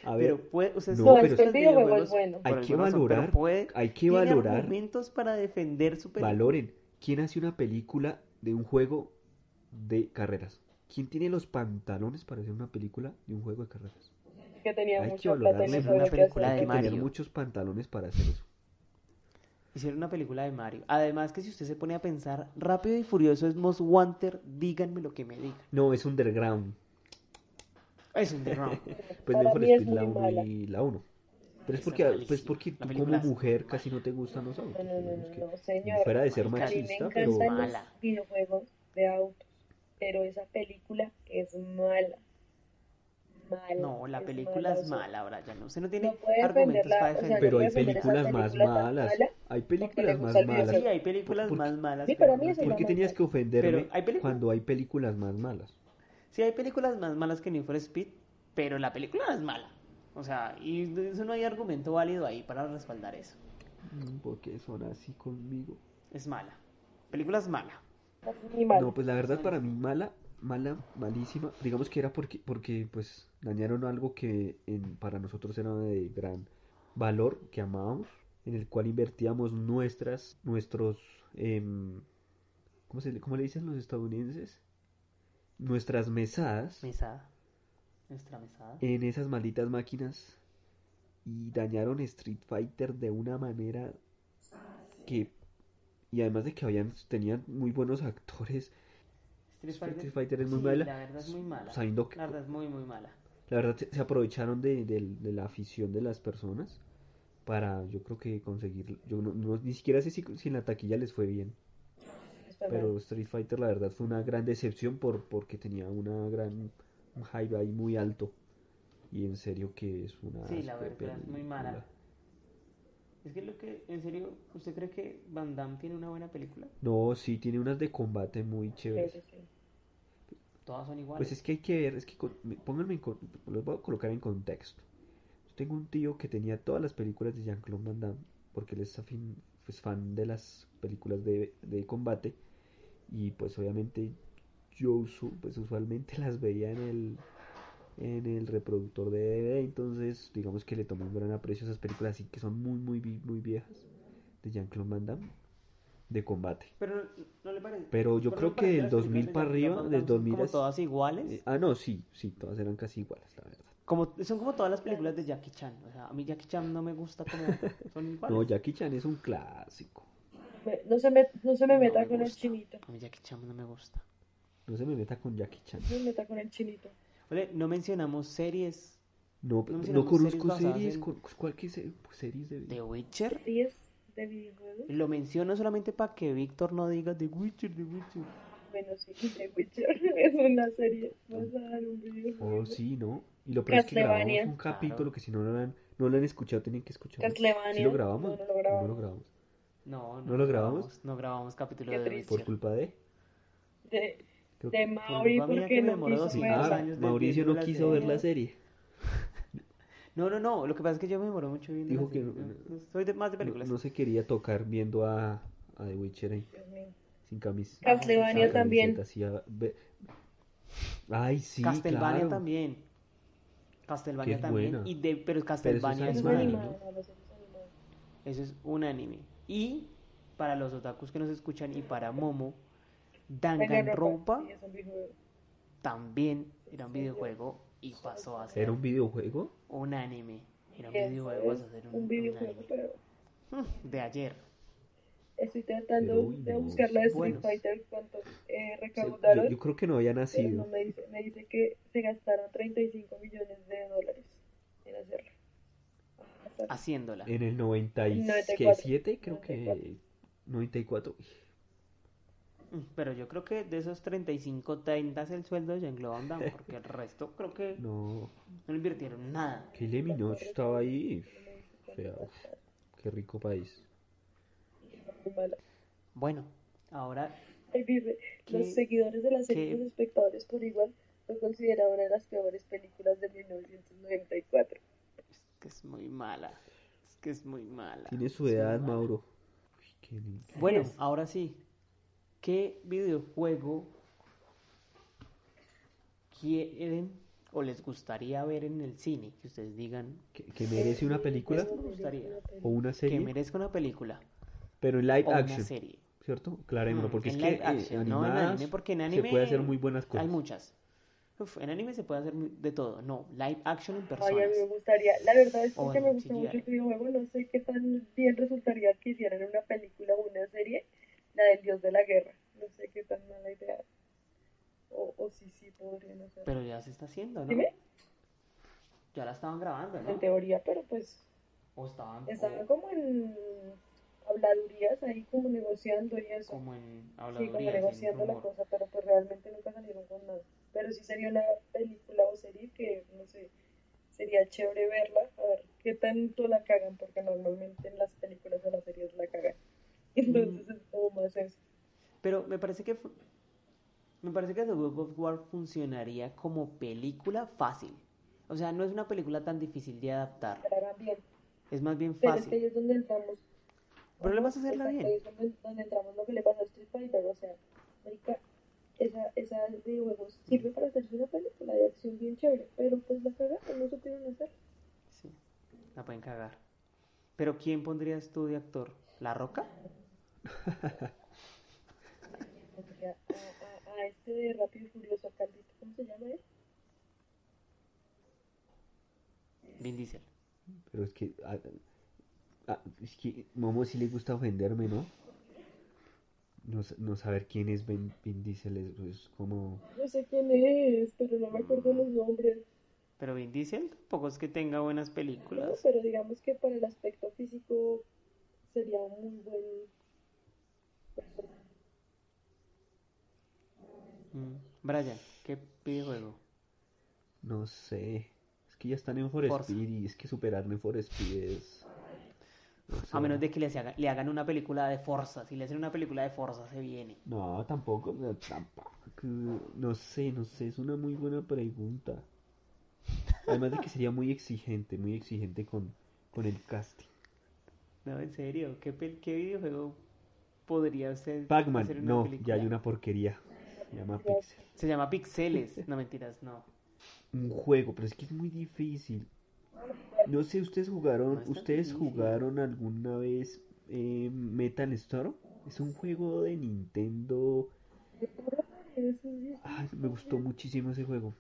A ver,
Pero puede, o sea,
No,
son
pero-
estos
El videojuego
videojuegos
es bueno.
por
Hay que
alguna razón, pero
valorar,
puede-
hay que
tiene
valorar,
argumentos para defender su película.
valoren, ¿quién hace una película de un juego de carreras? ¿Quién tiene los pantalones para hacer una película de un juego de carreras?
que tenía
Hay que
mucha plata y
valorarlo.
no
Es
sabía
una
qué
película
hacer.
Hay
de
que tener
Mario.
muchos pantalones para hacer eso.
Hicieron una película de Mario. Además que si usted se pone a pensar, Rápido y Furioso es Most Wanted, díganme lo que me digan.
No, es underground.
Es un derrame.
Pues
Para
mejor
mí es
es
muy
la 1
mala.
y la 1. Pero es
Esa
porque,
es
pues
malísima.
porque
La
tú como
película es
mujer casi no te gustan los autos.
No, no, no,
tenemos
no,
que-
no, señor.
Fuera de ser
Marica,
A mí me
machista, pero...
encantan los
Mala.
videojuegos de autos, pero esa película es mala. Mala.
No, la película
mala,
es
o sea,
mala, Brian. Usted no tiene
No puede
argumentos
defenderla,
para
o sea, no
defender.
Pero
puede
hay
defender esa
películas más
película tan
malas.
mala
Hay
porque le
películas
gusta
más
el
malas.
videojuego.
Sí, hay películas
Por- por-
más malas.
Sí,
que
para
no
mí
me
es el
¿Por
acuerdo.
qué tenías que ofenderme
Pero hay películas-
cuando hay películas más malas?
Sí, hay películas más malas que Need for Speed, pero la película no es mala. O sea, y de eso no hay argumento válido ahí para respaldar eso.
Mm, Porque son así conmigo.
Es mala. Película es mala.
ni mala.
No, pues la verdad para mí mala, mala, malísima. Digamos que era porque, porque pues dañaron algo que en- para nosotros era de gran valor, que amábamos, en el cual invertíamos nuestras, nuestros, em, ¿cómo se, le- cómo le dicen los estadounidenses? Nuestras mesadas
Mesada. Nuestra mesada.
en esas malditas máquinas y dañaron Street Fighter de una manera que y además de que habían tenían muy buenos actores
Street
Street Fighter es muy
sí,
mala
La verdad es muy mala.
sabiendo que-
La verdad es muy, muy mala.
la verdad se se aprovecharon de, de- de la afición de las personas para yo creo que conseguir yo no, no- ni siquiera sé si, si en la taquilla les fue bien
Está mal.
pero Street Fighter la verdad fue una gran decepción por porque tenía una gran un hype ahí muy alto y en serio que es una
Sí, la
super
verdad es muy mala.
película.
Es que lo que, en serio, ¿usted cree que Van Damme tiene una buena película?
No, sí, tiene unas de combate muy
Sí,
chéveres.
sí, sí.
Todas son iguales.
Pues es que hay que ver, es que con- me- pónganme en, con- los voy a colocar en contexto. Yo tengo un tío que tenía todas las películas de Jean-Claude Van Damme, porque él es afín- pues, fan de las películas de, de combate, y pues obviamente yo uso, pues usualmente las veía en el, en el reproductor de DVD, entonces digamos que le tomé un gran aprecio a esas películas, así que son muy, muy, vi- muy viejas, de Jean-Claude Van Damme, de combate.
Pero no, no le parece.
Pero yo creo
no
que
parece
del
las películas
2000
de
para
Jean-Claude
arriba,
Van
del
Damme son
2000
Como
es-
todas iguales.
Eh, ah, no, sí, sí, todas eran casi iguales, la verdad.
Como, son como todas las películas de Jackie Chan. O sea, a mí Jackie Chan no me gusta como. Son iguales.
No, Jackie Chan es un clásico.
Me- No se me, no se me
No
meta
me
con el
gusta.
chinito.
A mí Jackie Chan no me gusta.
No se me meta con Jackie Chan.
No me meta con el chinito.
Oye, no mencionamos series.
No,
No
no,
mencionamos
conozco
series basadas
series,
en-
con- ¿cuál que se- pues, series de...
The Witcher.
10 de videojuegos.
Lo menciono solamente para que Víctor no diga The Witcher, The Witcher.
Bueno, sí, The Witcher es una serie basada en un videojuego.
Oh, sí, ¿no? Y lo peor es que
Castlevania.
grabamos un capítulo
Claro.
que si no lo han, no lo han escuchado tienen que escucharlo.
Castlevania.
¿Sí lo grabamos?
No, no lo
¿O
grabamos.
No lo grabamos.
No, no,
¿No lo grabamos?
No grabamos capítulo
Qué
de The
triste.
Por
Witcher.
culpa de...
De,
creo
de
que-
Mauri,
culpa mía
porque
que me
no
demoró
quiso
dos
Sí,
ver.
años
ah,
de
Mauricio no
viéndolas
quiso
de-
ver la serie.
No, no, no. Lo que pasa es que yo me demoré mucho viendo.
Dijo
las series.
que no-
No, Soy de, más de
No,
películas.
no se quería tocar viendo a, a The Witcher ahí,
Dios mío.
sin camisa.
Castlevania
sin
también.
camiseta, así, a- ve- Ay, sí,
Castlevania
claro.
también. Castlevania
Que es
también.
buena.
Y de, pero
es
Castlevania es
Es
animada,
un
¿no?
anime.
animada, la serie es animada.
Eso es un anime. Y para los otakus que nos escuchan y para Momo, Danganronpa
Sí, es un videojuego.
también era un videojuego y pasó a ser
¿Era un videojuego?
un anime. Era un
Eso
videojuego,
es
pasó a ser un,
un
un
videojuego,
anime.
pero
Mm, De ayer.
estoy tratando
Pero, uy,
de
no,
buscar la de Street
buenos.
Fighter cuánto eh,
Se- yo-
recaudaron,
yo, creo que no había
pero no
nacido.
me dice, me dice que se gastaron 35 millones de dólares en hacerlo.
Haciéndola.
En el 97,
94,
creo que. 94.
Mm, Pero yo creo que de esos 35, 30 es el sueldo de Jean-Claude Van Damme, porque el resto creo que no
No,
le invirtieron nada.
Kylie Minogue estaba ahí. O sea, uf, qué rico país.
Muy mala.
Bueno, ahora
Ay, vive.
¿Qué?
Los seguidores de la serie
¿Qué?
y los espectadores por igual fue considerada una de las peores películas de 1994.
es que es muy mala. Es que es muy mala.
Tiene su
es muy
edad,
mala.
Mauro. Uy, Killing.
Bueno,
es.
ahora sí. ¿Qué videojuego quieren o les gustaría ver en el cine? Que ustedes digan
Que, que merece una película
Me
gustaría.
o una
que
serie,
merezca una película
pero en
o
live
una
action,
serie.
¿cierto? Claramente,
Mm,
porque es
en
que
live
eh,
action, no en
animadas
anime, porque en
se
anime
puede hacer muy buenas cosas.
Hay muchas. Uf, en anime se puede hacer mu- de todo. No, live action en
Ay, a mí me
personas.
gustaría. La verdad es que
O
que
en
me gusta
CGI.
mucho el videojuego. No sé qué tan bien resultaría que hicieran una película o una serie, la del dios de la guerra. No sé qué tan mala idea. O, o sí, sí, podrían hacer.
Pero ya se está haciendo, ¿no?
Dime.
Ya la estaban grabando,
En
¿no?
teoría, pero pues
O estaban o-
estaban como en habladurías ahí, como negociando y eso.
como en
sí, como
habladurías, en
negociando la
rumor.
cosa, pero pues realmente nunca salieron con nada. Pero sí sería una película o serie que, no sé, sería chévere verla, a ver qué tanto la cagan, porque normalmente en las películas o las series la cagan. Entonces
Mm.
es como más eso.
Pero me parece que fu- me parece que The Book of War funcionaría como película fácil. O sea, no es una película tan difícil de adaptar.
Que la hagan bien.
Es más bien
Pero es que
fácil.
ahí es donde entramos.
El problema es hacerla
Exacto,
bien.
Ahí es donde, donde entramos lo que le pasó a Street Fighter, o sea, marica, esa, esa videojuegos sirve para hacerse una película de acción bien chévere, pero pues la cagaron, no supieron hacer.
Sí, la pueden cagar. Pero ¿quién pondrías tú de actor? ¿La Roca?
O sea, a, a, a este de Rápido y Furioso, a Caldito, ¿cómo se llama él?
Vin Diesel.
Pero es que, ah, ah, es que Momo sí le gusta ofenderme, ¿no? No, sa- no saber quién es Ben Vin Diesel es, es como...
No sé quién es, pero no me acuerdo los nombres.
Pero Vin Diesel tampoco es que tenga buenas
No,
películas.
pero digamos que para el aspecto físico sería un muy buen.
Mm. Brian, ¿qué videojuego?
No sé. Es que ya están en For
Forza.
Speed y es que superar en For Speed es... no
A
sé.
menos de que les haga- le hagan una película de Forza. Si le hacen una película de Forza, se viene.
No, tampoco, no, tampoco. No sé, no sé, es una muy buena pregunta. Además de que sería muy exigente, muy exigente con, con el casting.
No, en serio, ¿qué, pel- qué videojuego podría ser hacer
Pac-Man,
una
no, ya
película?
hay una porquería. Se llama Pixel.
Se llama Pixeles. No, mentiras, no.
Un juego, pero es que es muy difícil. No sé, ¿ustedes
No
jugaron,
es tan
ustedes
difícil.
jugaron alguna vez eh, Metal Storm? Es un juego de Nintendo.
pues, Eso es bien.
Ay, me gustó muchísimo ese juego.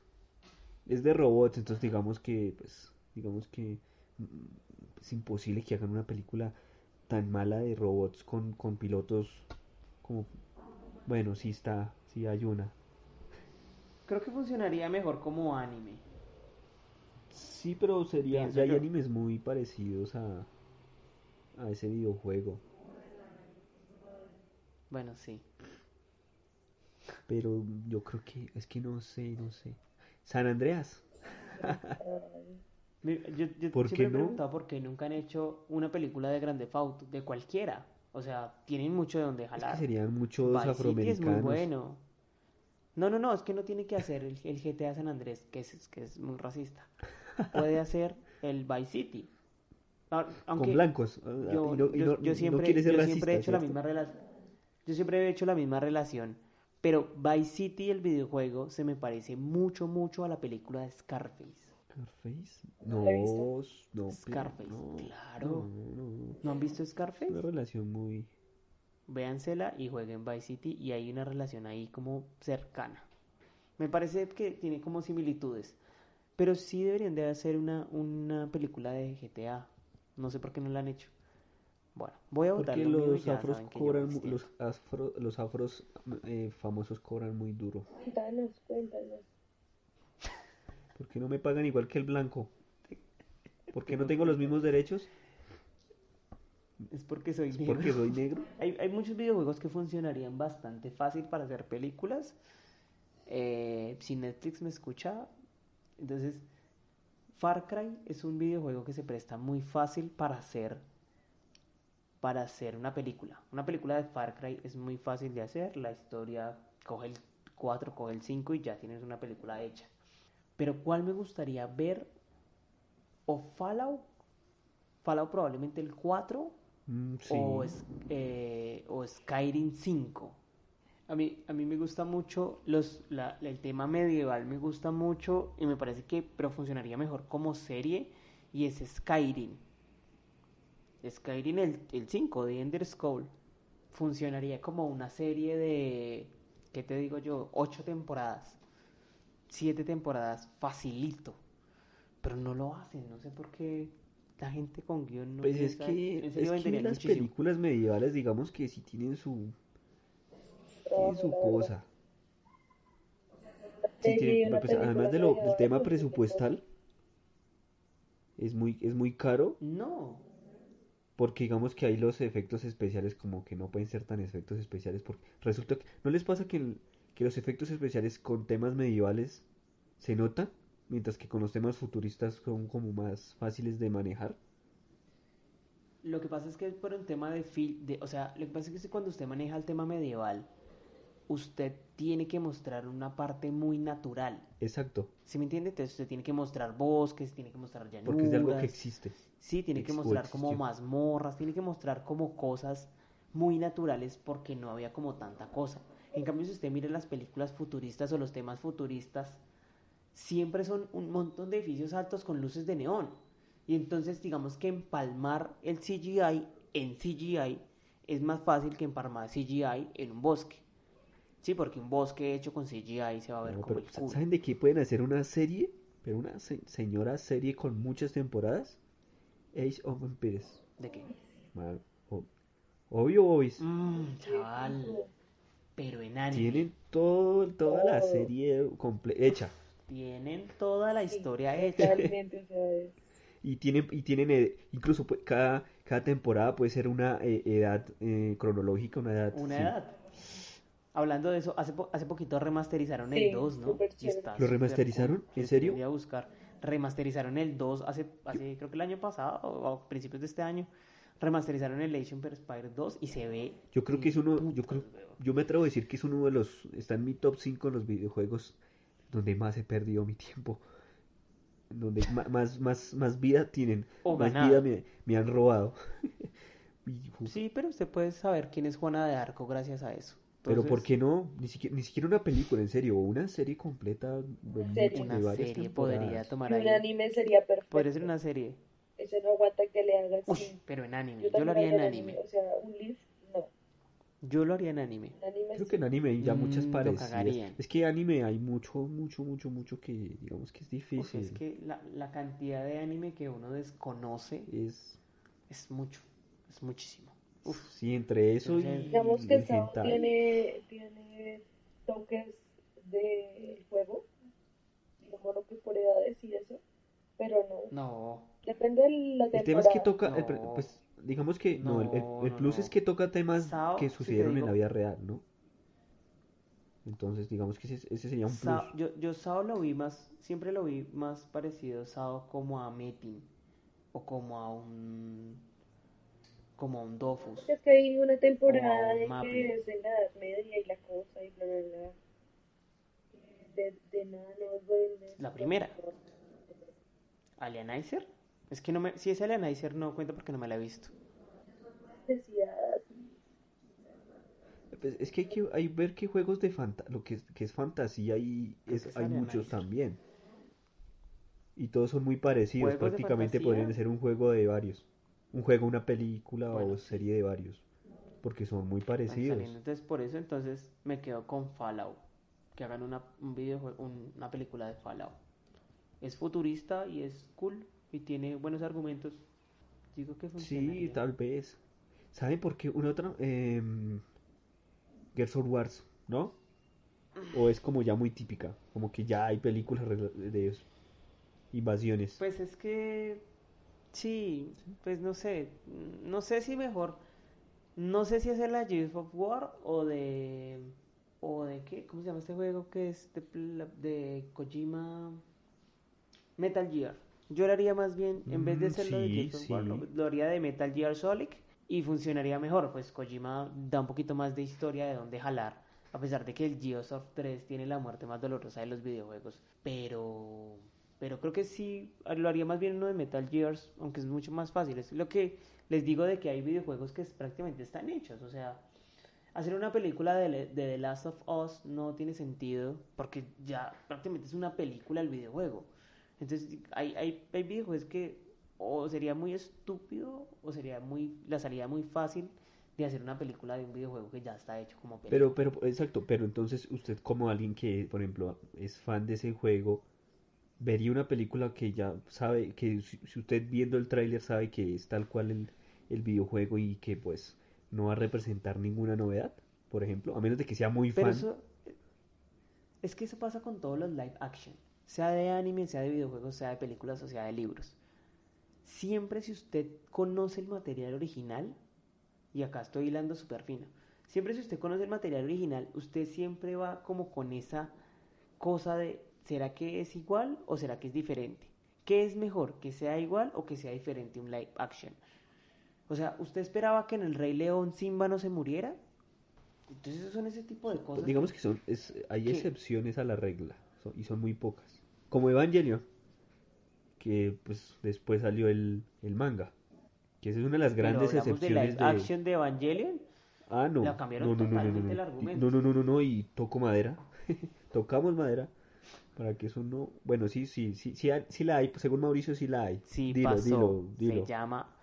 Es de robots, entonces digamos que, pues, digamos que mm, es imposible que hagan una película tan mala de robots con, con pilotos como, bueno, sí está, sí hay una.
Creo que funcionaría mejor como anime.
Sí, pero sería,
Pienso
ya hay
yo.
animes muy parecidos a, a ese videojuego,
Bueno, sí.
pero yo creo que, es que no sé, no sé. San Andreas,
Mi- Yo, yo
¿Por
siempre
qué
me he
no?
preguntado por qué nunca han hecho una película de Grande Fauto, de cualquiera. O sea, tienen mucho de donde
es que
jalar.
serían muchos
Vice City es muy
afroamericanos.
bueno. No, no, no, es que no tiene que hacer el, el GTA San Andrés, que es, que es muy racista. Puede hacer el Vice City. Ahora,
con
Aunque
blancos. ah, ah,
yo,
y no, y
yo-
no-
yo
no
siempre,
quiere ser
yo siempre
racista,
he hecho la
¿cierto?
misma relación. Yo siempre he hecho la misma relación. Pero Vice City, el videojuego, se me parece mucho, mucho a la película de Scarface.
Scarface?
¿No la viste?
No, s- no, pero
Scarface,
no,
claro.
no, no, no.
¿No han visto
Es una
Scarface?
relación muy.
Véansela y jueguen Vice City y hay una relación ahí como cercana. Me parece que tiene como similitudes. Pero sí deberían de hacer una, una película de GTA. No sé por qué no la han hecho. Bueno, voy a votar
Porque
lo mío y
los
ya
afros
saben que yo
cobran,
me
mu- los
extiendo.
afro- los afros eh, famosos cobran muy duro.
Cuéntanos, cuéntanos.
¿Por qué no me pagan igual que el blanco? ¿Por qué no tengo los mismos derechos?
Es porque soy
¿Es
negro.
porque soy negro?
Hay, hay muchos videojuegos que funcionarían bastante fácil para hacer películas. Eh, si Netflix me escucha, entonces Far Cry es un videojuego que se presta muy fácil para hacer para hacer una película. Una película de Far Cry es muy fácil de hacer, la historia coge el 4, coge el 5 y ya tienes una película hecha. Pero ¿cuál me gustaría ver? O Fallout, Fallout probablemente el 4
Mm, sí.
o, es- eh, o Skyrim 5. A mí, a mí me gusta mucho los, la- la- el tema medieval, me gusta mucho y me parece que pero funcionaría mejor como serie y es Skyrim. Skyrim el, el 5 de Ender Scroll funcionaría como una serie de, ¿qué te digo yo? Ocho temporadas, siete temporadas, facilito. Pero no lo hacen, no sé por qué la gente con guión no
Pues es
piensa-
que,
en
es
serio
que
venderían
las
muchísimo.
películas medievales, digamos que sí tienen su, tienen su cosa. Sí, tiene- pues, además de lo, del tema presupuestal, es muy, es muy caro
No,
porque digamos que hay los efectos especiales como que no pueden ser tan efectos especiales porque resulta que no les pasa que, el- que los efectos especiales con temas medievales se notan, mientras que con los temas futuristas son como más fáciles de manejar.
lo que pasa es que es por un tema de, fil de- o sea, lo que pasa es que si cuando usted maneja el tema medieval, usted tiene que mostrar una parte muy natural.
Exacto,
¿Sí me entiende? Entonces usted tiene que mostrar bosques, tiene que mostrar llanuras.
porque es de algo que existe.
Sí, tiene que
Ex- o
mostrar como
existió.
mazmorras, tiene que mostrar como cosas muy naturales porque no había como tanta cosa. En cambio, si usted mira las películas futuristas o los temas futuristas, siempre son un montón de edificios altos con luces de neón. Y entonces, digamos que empalmar el CGI en CGI es más fácil que empalmar CGI en un bosque. Sí, porque un bosque hecho con CGI se va a ver
No,
como
pero, pues,
el culo.
¿saben de qué pueden hacer una serie? Pero una se- señora serie con muchas temporadas. Age of Empires.
¿De qué?
Mal- o- Obvio, boys.
Mmm, chaval. Pero en anime.
Tienen todo, toda la
Oh.
Todo.
serie comple- hecha.
Tienen toda la historia hecha.
Totalmente, o sea, es-
Y tienen, y tienen eh, incluso pues, cada, cada temporada puede ser una eh, edad eh, cronológica, una edad.
Una
sí.
edad. Hablando de eso, hace, po- hace poquito remasterizaron el
Sí,
2, ¿no?
súper
Y
chévere.
está
¿Lo
súper
remasterizaron?
cool.
¿En
Sí,
serio?
Voy a buscar. Remasterizaron el 2 hace, hace creo que el año pasado o a principios de este año. Remasterizaron el Age of Empires 2 y se ve.
Yo creo que es uno, yo
putas,
creo,
weón.
yo me atrevo a decir que es uno de los, está en mi top 5 en los videojuegos donde más he perdido mi tiempo, donde ma- más, más, más vida tienen,
O
más vida
ganado.
me, me han robado. Y, ju-
Sí, pero usted puede saber quién es Juana de Arco gracias a eso.
pero ¿por
Entonces,
qué no? Ni siquiera, ni siquiera una película, en serio, una serie completa de
serie.
muchas, de
Una
varias
serie podría
temporadas.
tomar
Y un
ahí.
anime sería perfecto.
Podría ser una serie.
Ese no aguanta que le hagan
Uy,
sin-
pero en anime.
Yo
Yo
también
lo haría en
haría
anime.
O sea, un list, no.
Yo lo haría en anime.
Un anime
Creo
sí.
que en anime hay ya muchas
Mm, lo
parecidas.
cagarían.
Es que anime hay mucho, mucho, mucho, mucho que digamos que es
Uf, es
difícil.
que la, la cantidad de anime que uno desconoce
Es,
es mucho, es muchísimo. Uf,
sí, entre eso y
Entonces,
Digamos que
el
Sao
hentai.
tiene, tiene toques del juego, como lo que por edades y eso, pero
Mm.
no.
no,
Depende de la
El tema es que toca,
temporada.
el pre-
No.
pues digamos que no, el, el-
No,
el
no,
plus
no.
es que toca temas
Sao,
que
si te
sucedieron en
digo-
la vida real, ¿no? Entonces digamos que ese, ese sería un plus.
Sao- yo, yo Sao lo vi más, siempre lo vi más parecido Sao como a Metin o como a un, como a un Dofus.
Es que hay una temporada
Oh,
de
Maple.
que es en la Edad Media y la cosa y bla, bla, bla. De, de nanos, duendes.
La primera. Alienizer, es que no me, si es Alienizer no cuenta porque no me la he visto.
Decía,
Pues, es que hay que hay ver qué juegos de fanta lo que es, que es fantasía y
Creo
es-
que
hay
sale
muchos
Night.
también. Y todos son muy parecidos,
¿Juegos de
prácticamente
fantasía?
podrían ser un juego de varios. Un juego, una película
Bueno,
o serie de varios. Porque son muy
Van saliendo,
parecidos.
Entonces por eso entonces me quedo con Fallout. Que hagan una, un videojuego, un- una película de Fallout. Es futurista y es cool y tiene buenos argumentos. Digo que
Sí,
funcionaría.
tal vez. ¿Saben por qué? Una otra. Eh, Gears of Wars, ¿no? O es como ya muy típica. Como que ya hay películas rela- de eso. Invasiones.
Pues es que sí, pues no sé, no sé si mejor, no sé si hacer la Gears of War o de o de qué, ¿cómo se llama este juego que es de, pla- de Kojima Metal Gear? Yo lo haría más bien, en vez de
Mm,
hacerlo de
sí,
Gears of War, lo,
sí.
lo haría de Metal Gear Solid y funcionaría mejor, pues Kojima da un poquito más de historia de dónde jalar, a pesar de que el Gears of 3 tiene la muerte más dolorosa de los videojuegos, pero Pero creo que sí lo haría más bien uno de Metal Gears, aunque es mucho más fácil. Es lo que les digo de que hay videojuegos que es- prácticamente están hechos. O sea, hacer una película de, Le- de The Last of Us no tiene sentido porque ya prácticamente es una película el videojuego. Entonces, hay, hay, hay videojuegos que o sería muy estúpido o sería muy la salida muy fácil de hacer una película de un videojuego que ya está hecho como película.
Pero, pero, exacto, pero entonces usted como alguien que, por ejemplo, es fan de ese juego, vería una película que ya sabe, que si si usted viendo el tráiler sabe que es tal cual el, el videojuego y que pues no va a representar ninguna novedad, por ejemplo, a menos de que sea muy
Pero
fan.
eso. Es que eso pasa con todos los live action. Sea de anime, sea de videojuegos, sea de películas o sea de libros. Siempre si usted conoce el material original, y acá estoy hilando súper fino, siempre si usted conoce el material original, usted siempre va como con esa cosa de, ¿será que es igual o será que es diferente? ¿Qué es mejor, que sea igual o que sea diferente un live action? O sea, ¿usted esperaba que en el Rey León Simba no se muriera? Entonces son ese tipo de cosas.
Digamos que son, es, hay
¿Qué?
excepciones a la regla, son- y son muy pocas. Como Evangelion, que pues después salió el, el manga, que esa es una de las
Pero
grandes
hablamos de live
excepciones de...
action de Evangelion.
Ah, no.
La cambiaron
no, no, no, no,
totalmente
no,
el
no. Y-
argumento.
No, no, no, no, no, y toco madera. Tocamos madera para que eso no. Bueno, sí, sí, sí, sí, hay- sí la hay. Según Mauricio, sí la hay.
Sí,
dilo,
pasó.
dilo, dilo.
Se llama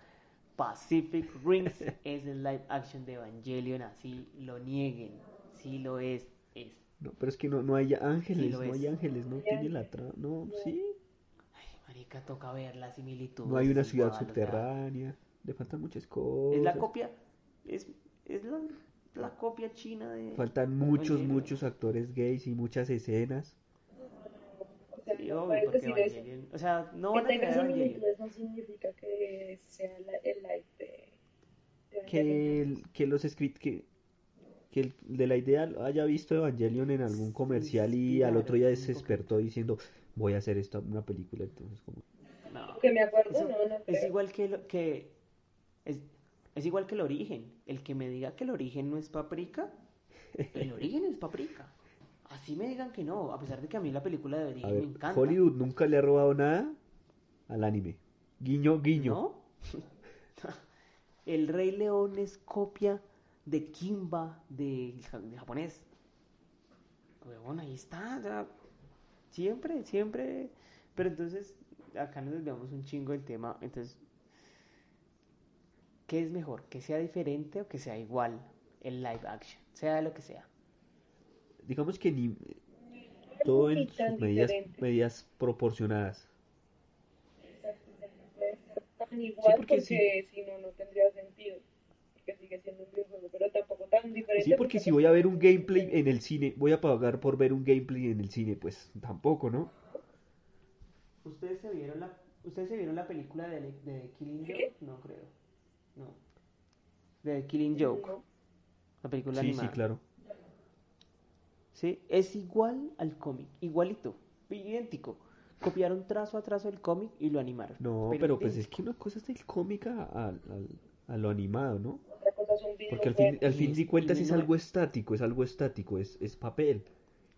Pacific Rings. es el live action de Evangelion. Así lo nieguen. Sí lo es. es.
No, pero es que no, no hay ángeles,
Sí lo
no hay
es.
ángeles, no tiene la tra- No, sí.
Ay, marica, toca ver la similitud.
No hay una
es
ciudad
igual, o sea,
subterránea. Le faltan muchas
es la
cosas.
copia. Es, es la, la copia china de.
Faltan muchos,
Evangelion.
muchos actores gays y muchas escenas.
O sea,
Sí,
no
obvio,
puedes
porque
decir eso.
Evangelion- O sea, no
Que
van a
tenga
negar Evangelion.
similitudes no significa que sea la- el live de, de
Que,
Evangelion.
el- que los script que, que el, de la idea haya visto Evangelion en algún
Se
comercial y al otro
inspiraron
día
un
se despertó diciendo voy a hacer esta una película entonces como
No.
Que me acuerdo,
Eso
no, no
es
creo.
igual que, lo- que es, es igual que el origen. El que me diga que el origen no es paprika, el origen es paprika. Así me digan que no, a pesar de que a mí la película de
a
origen
ver
me encanta.
Hollywood nunca le ha robado nada al anime guiño guiño
¿No? el Rey León es copia de Kimba de, ja- de japonés. Huevón, ahí está. o sea, siempre, siempre. Pero entonces, acá nos desviamos un chingo del tema. Entonces, ¿qué es mejor? ¿Que sea diferente o que sea igual el live action? Sea lo que sea.
digamos que ni todo en
ni tan
sus medidas
diferente.
medidas proporcionadas
Tan igual
porque
porque,
sí.
si no, no tendría sentido. Porque sigue siendo un videojuego, pero tampoco tan diferente.
sí porque si voy a ver un gameplay en el cine voy a pagar por ver un gameplay en el cine pues tampoco no
¿Ustedes se vieron la, ¿ustedes se vieron la película de, de Killing Joke? No creo. No. De Killing Joke.
No.
La película
sí sí
animada.
claro
¿sí? Es igual al cómic, igualito, idéntico. Copiaron trazo a trazo el cómic y lo animaron.
no pero pues es
idéntico.
que una cosa es del cómic a- a- a- a lo animado no
Otra cosa es un
Porque al
videojuego.
fin, al
Y
fin
es-
de cuentas
y
es
no-
algo estático, es algo estático, es, es papel.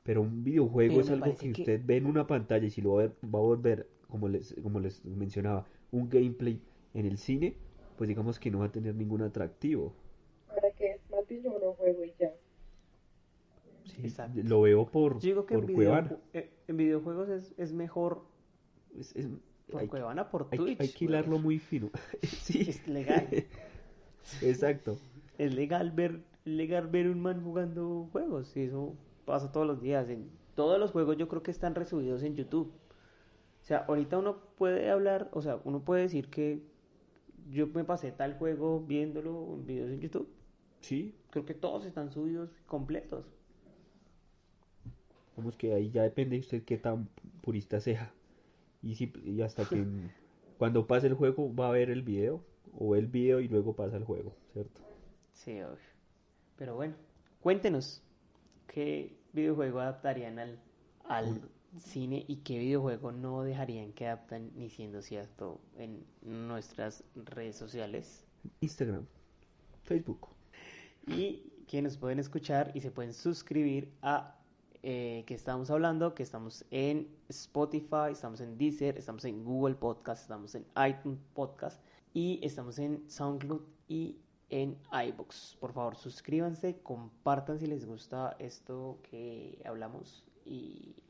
Pero un videojuego
Pero
es
me
algo
parece
que
que-
usted ve en una pantalla y si lo va a ver, va a volver, como les, como les mencionaba, un gameplay en el cine, pues digamos que no va a tener ningún atractivo.
Para que más bien yo no juego y ya.
Sí,
Exacto.
Lo veo por,
Yo digo que
por
en, video-
Cuevana.
eh, en videojuegos es, es mejor
Es- es-
por
hay, que-
Cuevana, por
hay que- hay
Twitch.
que hilarlo
weón.
muy fino. Sí,
Es legal.
exacto.
es legal ver, legal ver un man jugando juegos. Y eso pasa todos los días. En todos los juegos yo creo que están resubidos en YouTube. O sea, ahorita uno puede hablar, o sea, uno puede decir que yo me pasé tal juego viéndolo en videos en YouTube.
Sí,
Creo que todos están subidos completos.
Vamos que ahí ya depende de usted qué tan purista sea. Y, si, y hasta que en- cuando pase el juego va a ver el video. O ve el video y luego pasa el juego, ¿cierto?
Sí, obvio. Pero bueno, cuéntenos, ¿qué videojuego adaptarían al, al cine y qué videojuego no dejarían que adaptan ni siendo cierto en nuestras redes sociales?
Instagram, Facebook.
Y que nos pueden escuchar y se pueden suscribir a eh, que estamos hablando, que estamos en Spotify, estamos en Deezer, estamos en Google Podcast, estamos en iTunes Podcast y estamos en SoundCloud y en iBox. Por favor, suscríbanse, compartan si les gusta esto que hablamos y,